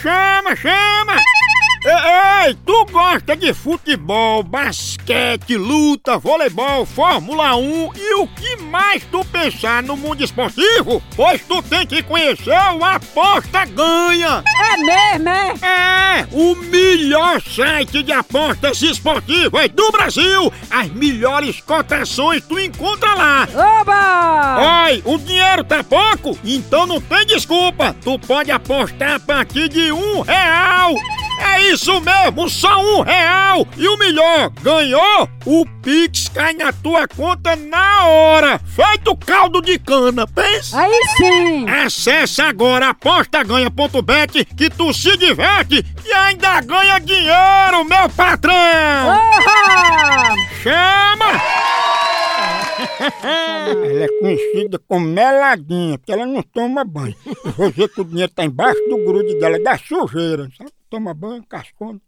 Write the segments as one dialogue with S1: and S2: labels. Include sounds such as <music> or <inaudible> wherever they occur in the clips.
S1: chama, chama! Ei, ei, tu gosta de futebol, basquete, luta, voleibol, Fórmula 1 e o que mais tu pensar no mundo esportivo? Pois tu tem que conhecer o Aposta Ganha!
S2: É mesmo, é?
S1: É, o melhor site de apostas esportivas do Brasil! As melhores cotações tu encontra lá!
S2: Oba!
S1: Ai, o dinheiro tá pouco? Então não tem desculpa! Tu pode apostar a partir de um real! É isso mesmo, só um real! E o melhor, ganhou? O Pix cai na tua conta na hora! Feito caldo de cana, pensa!
S2: Aí sim!
S1: Acesse agora apostaganha.bet que tu se diverte e ainda ganha dinheiro, meu patrão!
S2: Oba!
S1: Chama! <laughs> Ela é conhecida como meladinha, porque ela não toma banho. Eu vou ver que o dinheiro tá embaixo do grude dela, da sujeira, sabe? Toma banho, cascona.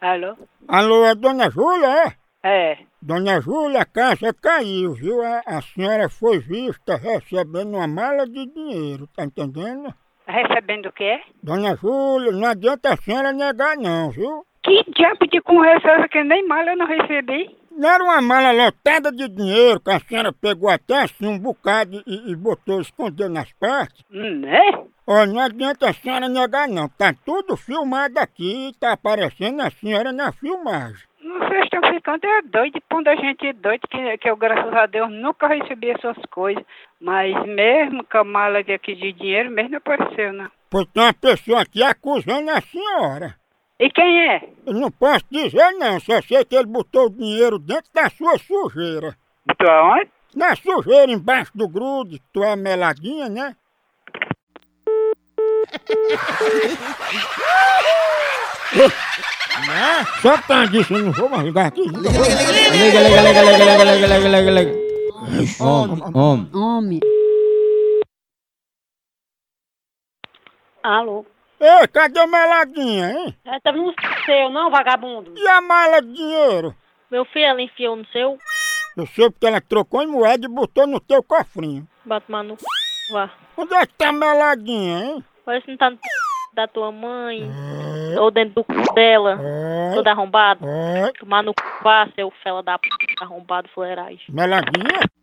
S3: Alô?
S1: Alô, é Dona Júlia, é?
S3: É,
S1: Dona Júlia, a casa caiu, viu? A, a senhora foi vista recebendo uma mala de dinheiro, tá entendendo?
S3: recebendo o quê?
S1: Dona Júlia, não adianta a senhora negar não, viu?
S3: Que diabo de conversa é essa que nem mal eu não recebi?
S1: Não era uma mala lotada de dinheiro que a senhora pegou até assim um bocado e, e botou, escondeu nas partes?
S3: Hum, né?
S1: Ó, não adianta a senhora negar não, tá tudo filmado aqui, tá aparecendo a senhora na filmagem.
S3: Vocês estão ficando é doido, pondo a gente doido, que, que eu, graças a Deus, nunca recebi essas coisas. Mas mesmo com a mala de aqui de dinheiro, mesmo não apareceu, né? não.
S1: Pois tem uma pessoa aqui acusando a senhora.
S3: E quem é?
S1: Eu não posso dizer não, só sei que ele botou o dinheiro dentro da sua sujeira.
S3: Botou aonde?
S1: Na sujeira, embaixo do grude, tu é meladinha, né? Só tá disso, eu não vou mais ligar aqui.
S4: Liga, liga, liga, liga, liga, liga, liga, liga, liga. Homem, homem.
S2: Homem.
S5: Alô?
S1: Ei, cadê a meladinha, hein?
S5: É, tá no seu, não, vagabundo?
S1: E a mala de dinheiro?
S5: Meu filho, ela enfiou no seu.
S1: Eu sei porque ela trocou em moeda e botou no teu cofrinho.
S5: Batman no c... Vá.
S1: Onde é que tá a meladinha, hein?
S5: Parece que não tá no c... da tua mãe. Ou dentro do c... dela.
S1: Ó,
S5: Toda arrombada.
S1: ó,
S5: Tomar no c... Vá, seu fela da p... Arrombado, fuleirais.
S1: Meladinha?